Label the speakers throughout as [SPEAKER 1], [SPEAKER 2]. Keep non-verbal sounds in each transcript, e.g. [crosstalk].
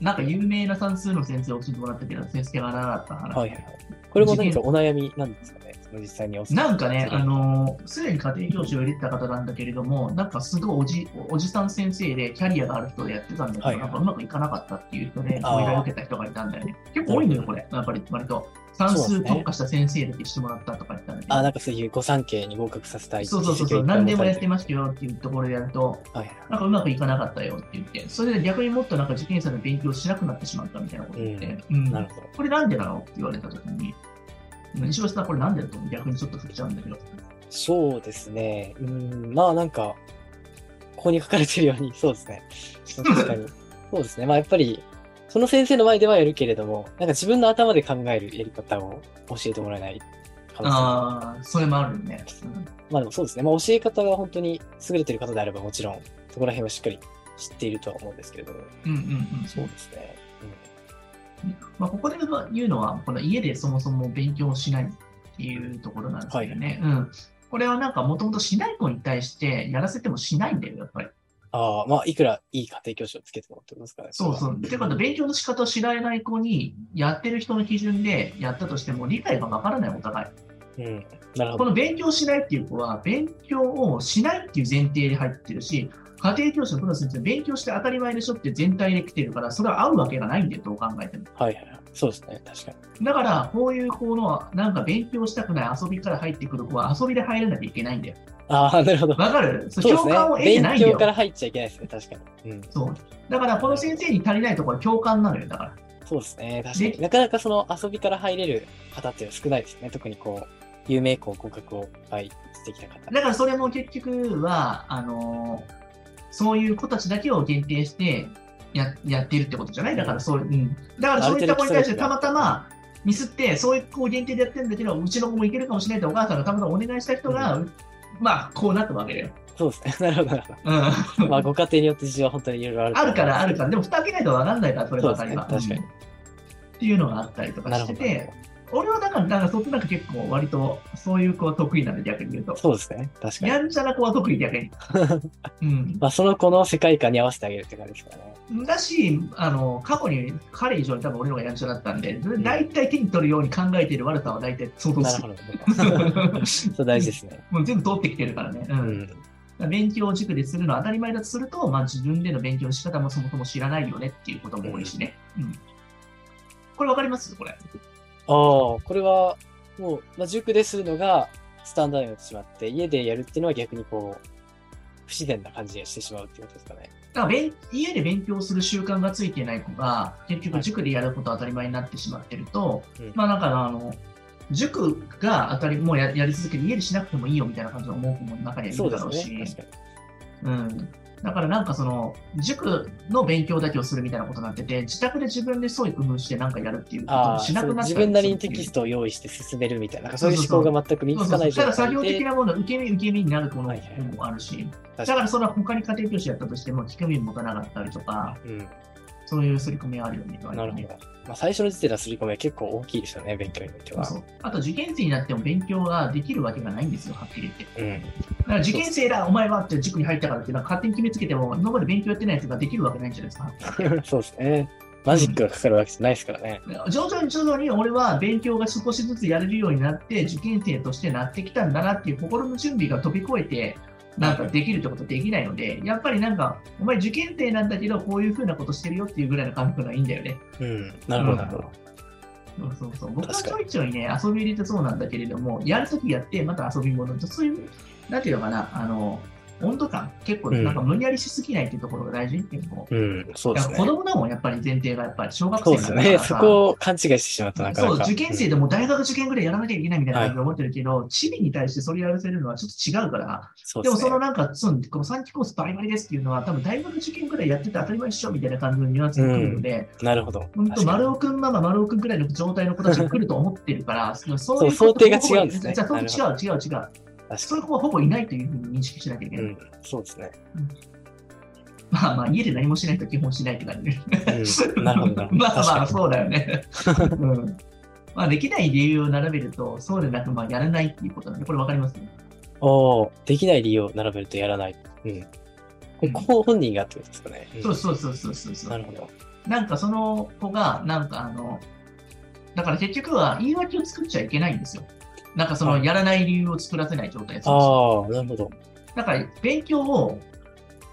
[SPEAKER 1] なんか有名な算数の先生を教えてもらったけど、先生がならなかった話。
[SPEAKER 2] はいはいはい。これも何かお悩みなんですかね、その実際にお
[SPEAKER 1] なんかね、あ
[SPEAKER 2] の、
[SPEAKER 1] のー、すでに家庭教師を入れてた方なんだけれども、なんかすごいおじおじさん先生でキャリアがある人でやってたんだけど、
[SPEAKER 2] はいはい
[SPEAKER 1] なんかうまくいかなかったっていう人で、
[SPEAKER 2] あー
[SPEAKER 1] ご依頼を受けた人がいたんだよね。結構多いのよ、これ。やっぱり割と。算
[SPEAKER 2] そうです
[SPEAKER 1] 数
[SPEAKER 2] ね
[SPEAKER 1] 特化した先生だけしてもらったとか言ったんだけど。
[SPEAKER 2] あ、なんかそういう御三家に合格させたい
[SPEAKER 1] そうそうそうそう、何でもやってましたよっていうところでやると、
[SPEAKER 2] す。はいはい
[SPEAKER 1] なんかうまくいかなかったよって言って、それで逆にもっとなんか受験生の勉強しなくなってしまったみたいなこと言って、うん
[SPEAKER 2] なるほど。
[SPEAKER 1] これなんでなのって言われたときに、西尾さん、これなんでだと思う逆にちょっと振っちゃうんだけど。
[SPEAKER 2] そうですね。うん、まあなんか、ここに書かれてるように、 [laughs] そうですね。確かに。そうですね。まあやっぱり、その先生の前ではやるけれども、なんか自分の頭で考えるやり方を教えてもらえない可能性が
[SPEAKER 1] ああ、それもあるよね。うん
[SPEAKER 2] まあでもそうですね。まあ教え方が本当に優れてる方であればもちろん、そこら辺はしっかり知っているとは思うんですけれども。
[SPEAKER 1] うんうんうん。
[SPEAKER 2] そうですね。
[SPEAKER 1] まあ、ここで言うのは、この家でそもそも勉強しないっていうところなんですよね。うん。これはなんかもともとしない子に対してやらせてもしないんだよ、やっぱり。
[SPEAKER 2] ああ、まあいくらいい家庭教師をつけてもってことですかね。
[SPEAKER 1] そうそう。ってことは勉強の仕方を知らない子に、やってる人の基準でやったとしても理解がわからない、お互い。
[SPEAKER 2] うん。なるほ
[SPEAKER 1] こ
[SPEAKER 2] ど。
[SPEAKER 1] の勉強しないっていう子は、勉強をしないっていう前提で入ってるし、家庭教師のプロ先生は勉強して当たり前でしょって全体で来てるから、それは合うわけがないんだよ、どう考えても。
[SPEAKER 2] はいはいはい。そうですね。確かに。
[SPEAKER 1] だから、こういう子の、なんか勉強したくない遊びから入ってくる子は遊びで入らなきゃいけないんだよ。
[SPEAKER 2] ああ、なる
[SPEAKER 1] [laughs]
[SPEAKER 2] ほど。
[SPEAKER 1] わかるそう
[SPEAKER 2] そうです
[SPEAKER 1] 共感を得て
[SPEAKER 2] ね。
[SPEAKER 1] ない
[SPEAKER 2] 勉
[SPEAKER 1] んだ
[SPEAKER 2] 強
[SPEAKER 1] よ
[SPEAKER 2] か。ら入っちゃいけないですね。確かに。うん。
[SPEAKER 1] そう。だから、この先生に足りないところは共感なのよ、だから。
[SPEAKER 2] そうですね。確か
[SPEAKER 1] ね
[SPEAKER 2] に。なかなかその遊びから入れる方っていうのは少ないですよね。特にこう、有名校合格をいっぱいしてきた方。
[SPEAKER 1] だから、それも結局は、あのーそういう子たちだけを限定してややってるってことじゃないだから、そう、うん。だから、そういった子に対してたまたま、ミスって、そういう子を限定でやってるんだけど、うちの子もいけるかもしれないってお母さんがたまたまお願いした人が、まあ、こうなったわけだよ。
[SPEAKER 2] そうですね。 [laughs] なるほど。なるほ
[SPEAKER 1] うん
[SPEAKER 2] ど。まあ、ご家庭によって事情は本当にいろいろあると
[SPEAKER 1] ある
[SPEAKER 2] 思いま
[SPEAKER 1] か
[SPEAKER 2] す
[SPEAKER 1] らあるから、でも蓋開けないと分かんないから、そればかりは。
[SPEAKER 2] そうですね
[SPEAKER 1] う
[SPEAKER 2] 確
[SPEAKER 1] んっていうのがあったりとか
[SPEAKER 2] なる
[SPEAKER 1] し
[SPEAKER 2] ほ
[SPEAKER 1] て
[SPEAKER 2] どなる
[SPEAKER 1] て、俺はだから、だからそっちなんか結構割とそういう子は得意なんで、逆に言うと
[SPEAKER 2] ほど。。そうですね。確かに。
[SPEAKER 1] やんちゃな子は得意逆
[SPEAKER 2] [laughs]
[SPEAKER 1] に。うん、
[SPEAKER 2] まあ、その子の世界観に合わせてあげるって感じですかね。
[SPEAKER 1] だしあの、過去に彼以上に多分俺の方がやんちゃだったんで、大体手に取るように考えている悪さは大体相当
[SPEAKER 2] な
[SPEAKER 1] す
[SPEAKER 2] る
[SPEAKER 1] る。
[SPEAKER 2] ほど。 [laughs] そう大事ですね。
[SPEAKER 1] [laughs] もう全部通ってきてるからね。う
[SPEAKER 2] うんん。
[SPEAKER 1] 勉強を塾でするのは当たり前だとすると、まあ、自分での勉強の仕方もそもそも知らないよねっていうことも多いしね。うんこれ分かりますこれ。
[SPEAKER 2] ああ、これは、もう、まあ、塾でするのがスタンダードになってしまって、家でやるっていうのは逆にこう、不自然な感じがしてしまうっていうことですかね。
[SPEAKER 1] だから勉家で勉強する習慣がついてない子が、結局塾でやることは当たり前になってしまってると、
[SPEAKER 2] うん
[SPEAKER 1] まあだから、あの、塾が当たり、もうややり続けて家でしなくてもいいよみたいな感じの思う子も中にはいる
[SPEAKER 2] そう
[SPEAKER 1] だ
[SPEAKER 2] です
[SPEAKER 1] ろうし、
[SPEAKER 2] ね。確か
[SPEAKER 1] う
[SPEAKER 2] に。
[SPEAKER 1] ん。だからなんかその、塾の勉強だけをするみたいなことになってて、自宅で自分で創意工夫してなんかやるっていうこと
[SPEAKER 2] あ
[SPEAKER 1] を
[SPEAKER 2] あ、
[SPEAKER 1] しな
[SPEAKER 2] そ
[SPEAKER 1] く
[SPEAKER 2] う
[SPEAKER 1] なった
[SPEAKER 2] 自分なりにテキストを用意して進めるみたいな、なんかそういう
[SPEAKER 1] そう
[SPEAKER 2] 思
[SPEAKER 1] そうそう
[SPEAKER 2] 考が全く身に
[SPEAKER 1] そう
[SPEAKER 2] つ
[SPEAKER 1] そ
[SPEAKER 2] か
[SPEAKER 1] うそ
[SPEAKER 2] な
[SPEAKER 1] うた
[SPEAKER 2] い状
[SPEAKER 1] だ作業
[SPEAKER 2] 態
[SPEAKER 1] 的
[SPEAKER 2] で、
[SPEAKER 1] なもの、受け身、受け身になる子の
[SPEAKER 2] はいはいはい
[SPEAKER 1] もあるし、だ
[SPEAKER 2] 確
[SPEAKER 1] か
[SPEAKER 2] から
[SPEAKER 1] それは他に家庭教師やったとしても、聞く耳持たなかったりとか、
[SPEAKER 2] に。うん、
[SPEAKER 1] そういう刷り込みはあるよね。
[SPEAKER 2] なるほど。まあ、最初の時点では刷り込みは結構大きいですよね、勉強においては。
[SPEAKER 1] そうそうあと受験生になっても勉強ができるわけがないんですよ、はっきり言って。
[SPEAKER 2] うん、
[SPEAKER 1] だから受験生だ、お前はって塾に入ったからっていうのは勝手に決めつけても、今まで勉強やってないやつができるわけないんじゃないですか。
[SPEAKER 2] [laughs] そうですね。マジックがかかるわけじゃないですからね。
[SPEAKER 1] 徐々に徐々に俺は勉強が少しずつやれるようになって、受験生としてなってきたんだなっていう心の準備が飛び越えて、なんかできるってことできないので、やっぱりなんか、お前受験生なんだけど、こういうふうなことしてるよっていうぐらいの感覚がいいんだよね。
[SPEAKER 2] うん、なるほど、なるほど。
[SPEAKER 1] そうそうそう。僕は
[SPEAKER 2] 確
[SPEAKER 1] ち
[SPEAKER 2] か
[SPEAKER 1] ょいちょいね、遊び入れてそうなんだけれども、やるときやって、また遊び戻ると、そういう、なんていうのかな、あの、温度感、結構、
[SPEAKER 2] うん
[SPEAKER 1] なんか無理やりしすぎないっていうところが大事、結構。
[SPEAKER 2] うん、そうで
[SPEAKER 1] だか
[SPEAKER 2] す
[SPEAKER 1] ら
[SPEAKER 2] ね
[SPEAKER 1] 子。供だもん、やっぱり前提が、やっぱり小学
[SPEAKER 2] そう
[SPEAKER 1] 生
[SPEAKER 2] です
[SPEAKER 1] だ
[SPEAKER 2] よ
[SPEAKER 1] から
[SPEAKER 2] ね。
[SPEAKER 1] さ
[SPEAKER 2] そこを勘違いしてしまったなかな
[SPEAKER 1] そ
[SPEAKER 2] か。
[SPEAKER 1] う、受験生でも大学受験ぐらいやらなきゃいけないみたいな感じで思ってるけど、地理に対してそれやらせるのはちょっと違うから、
[SPEAKER 2] そう
[SPEAKER 1] で
[SPEAKER 2] で
[SPEAKER 1] も
[SPEAKER 2] す
[SPEAKER 1] そ
[SPEAKER 2] ね
[SPEAKER 1] の。なんか、そのこの3期コースバリバリですっていうのは、多分大学受験ぐらいやってて当たり前っしょみたいな感じのニュアンスが来るので、
[SPEAKER 2] なるほど。
[SPEAKER 1] 本当、
[SPEAKER 2] 確かに
[SPEAKER 1] 丸尾くんママ、丸尾くんくらいの状態の子たちが来ると思ってる
[SPEAKER 2] [laughs]
[SPEAKER 1] から、そのそ
[SPEAKER 2] そう想定が違うんですね
[SPEAKER 1] じゃあ、そう違
[SPEAKER 2] な
[SPEAKER 1] う、違う、違う。
[SPEAKER 2] 確
[SPEAKER 1] そう
[SPEAKER 2] か
[SPEAKER 1] いう子はほぼいないというふうに認識しなきゃいけ
[SPEAKER 2] に。
[SPEAKER 1] ない。
[SPEAKER 2] うん、そうですね。
[SPEAKER 1] まあまあ、家で何もしないと基本しないって感じね。
[SPEAKER 2] うん、なるほど、なるほど。
[SPEAKER 1] [laughs] まあまあ、
[SPEAKER 2] 確か
[SPEAKER 1] そうだよ
[SPEAKER 2] [laughs]
[SPEAKER 1] ね。うんまあ、できない理由を並べると、そうでなく、まあ、やらないっていうことなんで、これわかります
[SPEAKER 2] におーできない理由を並べるとやらない。うん。こ
[SPEAKER 1] うん
[SPEAKER 2] こ本人がってことですかね。うん
[SPEAKER 1] そうそうそうそうそうそう。
[SPEAKER 2] なるほど。
[SPEAKER 1] なんかその子が、なんかあの、だから結局は言い訳を作っちゃいけないんですよ。なんかそ
[SPEAKER 2] は
[SPEAKER 1] の
[SPEAKER 2] い
[SPEAKER 1] やらない理由を作らせない状態です
[SPEAKER 2] あ
[SPEAKER 1] よ。
[SPEAKER 2] あ、なるほど。
[SPEAKER 1] だから勉強を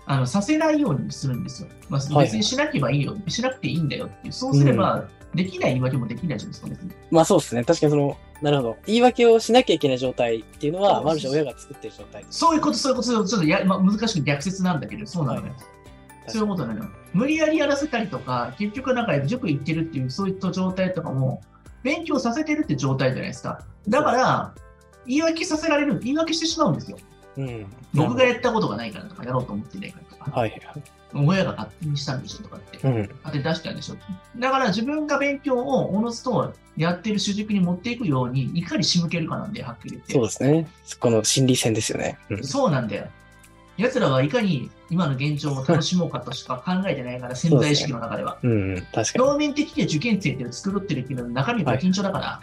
[SPEAKER 1] あのさせないようにするんですよ。まあ、
[SPEAKER 2] はい
[SPEAKER 1] 別にしなければいいよ、しなくていいんだよっていう。そうすれば、できない言い訳もできないじゃないですか、別に。
[SPEAKER 2] まあそうですね。確かにその、なるほど。言い訳をしなきゃいけない状態っていうの
[SPEAKER 1] そ
[SPEAKER 2] は、
[SPEAKER 1] う
[SPEAKER 2] まるで親が作ってる状態です。
[SPEAKER 1] そういうこと、そういうこと、そういうことちょっとや、まあ、難しく逆説なんだけど、そうなのよ。そういうことなのよ。無理やりやらせたりとか、結局なんか塾行ってるっていう、そういった状態とかも、勉強させてるって状態じゃないですか。だから、言い訳させられる、言い訳してしまうんですよ。
[SPEAKER 2] うん。
[SPEAKER 1] 僕が
[SPEAKER 2] なる
[SPEAKER 1] やったことがないからとか、やろうと思ってないからと
[SPEAKER 2] ほ
[SPEAKER 1] か、
[SPEAKER 2] どはい。
[SPEAKER 1] 親が勝手にしたんでしょとかって、
[SPEAKER 2] うん。
[SPEAKER 1] 勝手に出したんでしょ。だから自分が勉強をおのずとやってる主軸に持っていくように、いかに仕向けるかなんで、はっきり言って。
[SPEAKER 2] そうですね。そこの心理戦ですよね。うん
[SPEAKER 1] そうなんだよ。奴らはいかに今の現状を楽しもうかとしか考えてないから、潜在意識の中では。
[SPEAKER 2] うん、うん、確かに。
[SPEAKER 1] 表面的には受験生っていうのを作ってるけど、中身は緊張だか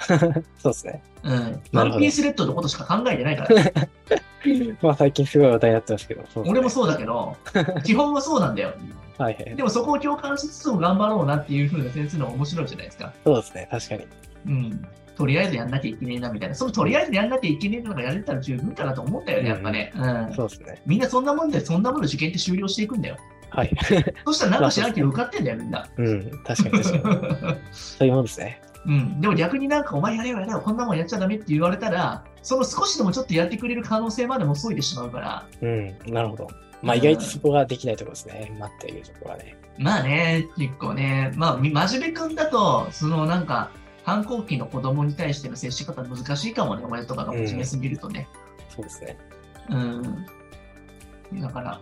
[SPEAKER 2] そうですね。
[SPEAKER 1] ら、うん。
[SPEAKER 2] な
[SPEAKER 1] ワ
[SPEAKER 2] るほど
[SPEAKER 1] ンピースレッドのことしか考えてない
[SPEAKER 2] [laughs]
[SPEAKER 1] から、
[SPEAKER 2] まあ最近すごい話題になってますけど。そうですね
[SPEAKER 1] 俺もそうだけど、基本はそうなんだよ。
[SPEAKER 2] はいはい。
[SPEAKER 1] でもそこを共感しつつも頑張ろうなっていう風な先生の方が面白いじゃないですか。
[SPEAKER 2] そうですね。確かに。
[SPEAKER 1] うん。とりあえずやんなきゃいけねえなみたいな。そのとりあえずやんなきゃいけねえのがやれたら十分かなと思ったよね、やっぱね。うん。
[SPEAKER 2] そうですね。
[SPEAKER 1] みんなそんなもんで、そんなもんで受験って終了していくんだよ。
[SPEAKER 2] はい。
[SPEAKER 1] そしたらなんか知らんけど受かってんだよ、みんな。 [laughs]
[SPEAKER 2] うん、確かに確か [laughs] に。そういうもんですね。
[SPEAKER 1] うん、でも逆になんかお前やれよやれよこんなもんやっちゃダメって言われたらその少しでもちょっとやってくれる可能性までも削いでしまうから
[SPEAKER 2] うん、なるほど。まあ
[SPEAKER 1] うん
[SPEAKER 2] 意外とそこができないところですね。待っているところはね。
[SPEAKER 1] まあね結構ねまあみ真面目くんだとそのなんか反抗期の子供に対しての接し方難しいかもね親とかが真面目すぎるとね
[SPEAKER 2] そうですね。
[SPEAKER 1] うん、だから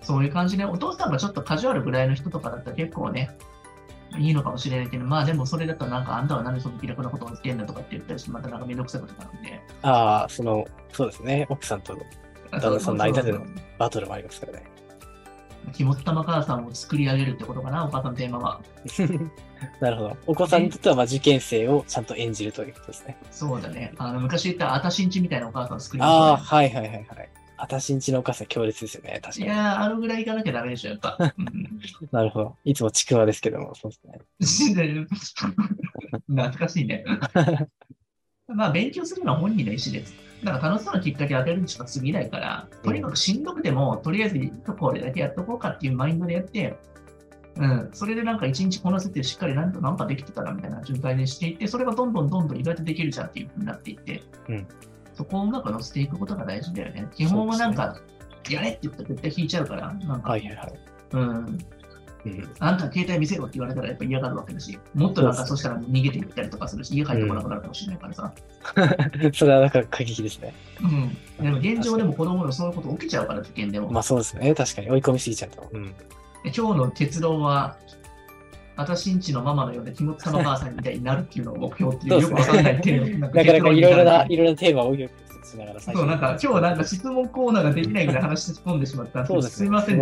[SPEAKER 1] そういう感じでお父さんがちょっとカジュアルぐらいの人とかだったら結構ねいいのかもしれないけど、まあでもそれだとなんかあんたはなんでその気楽なことを言ってんだとかって言ったりして、またなんかめんどくさいことになるんで。
[SPEAKER 2] ああ、その、そうですね。奥さんとの旦那さんの間でのバトルもありますからね。
[SPEAKER 1] 肝っ玉母さんを作り上げるってことかな、お母さんのテーマは。
[SPEAKER 2] なるほど。お子さんにとってはまあ受験生をちゃんと演じるということですね。
[SPEAKER 1] そうだね。あの昔言ったあたしんちみたいなお母さんを作り上げる。
[SPEAKER 2] ああ、はいはいはいはい。私んちのお母さん強烈ですよね。確
[SPEAKER 1] い
[SPEAKER 2] かに。
[SPEAKER 1] やー、あのぐらいいかなきゃダメでしょ、やっぱ。うん
[SPEAKER 2] なるほど。いつもちくわですけども、そうですね。
[SPEAKER 1] 死んでる。 [laughs] 懐かしいね。まあ、勉強するのは本人の意思です。だから楽しそうなきっかけを与えるにしか過ぎないから、とにかくしんどくても、とりあえずこれだけやっとこうかっていうマインドでやって、うん、それでなんか一日こなせてしっかりなんとなんかできてたらみたいな状態にしていって、それがどんどんどんどん意外とできるじゃんっていうふうになっていって、
[SPEAKER 2] うん
[SPEAKER 1] そこをうまく乗せていくことが大事だよね。基本はなんか、やれって言ったら絶対引いちゃうから、なんか、
[SPEAKER 2] はいはいはい。
[SPEAKER 1] うん、
[SPEAKER 2] [laughs] うん、
[SPEAKER 1] あんた携帯見せろって言われたらやっぱ嫌がるわけだし、もっとなんか
[SPEAKER 2] そ
[SPEAKER 1] そうしたら逃げていったりとかするし、家帰ってこなくなるかもしれないからさ。
[SPEAKER 2] それはなんか過激ですね。
[SPEAKER 1] うん。でも現状でも子供のそういうこと起きちゃうから、受験でも。
[SPEAKER 2] まあそうですね。確かに追い込みすぎちゃうと。うん。
[SPEAKER 1] 今日の結論は、私んちのママのような気持ちの母さんみたいになるっていうのを目標っていう、よ
[SPEAKER 2] そう
[SPEAKER 1] く
[SPEAKER 2] で
[SPEAKER 1] わ
[SPEAKER 2] すね
[SPEAKER 1] かんないけ
[SPEAKER 2] [laughs]
[SPEAKER 1] ど、な
[SPEAKER 2] なかなかいろ
[SPEAKER 1] 結論
[SPEAKER 2] いろな、
[SPEAKER 1] に至る
[SPEAKER 2] いろいろなテーマを追い込みしながら最
[SPEAKER 1] そう、なんか今日はなんか質問コーナーができないぐらい話し込んでしまったん
[SPEAKER 2] そうですね
[SPEAKER 1] すいません。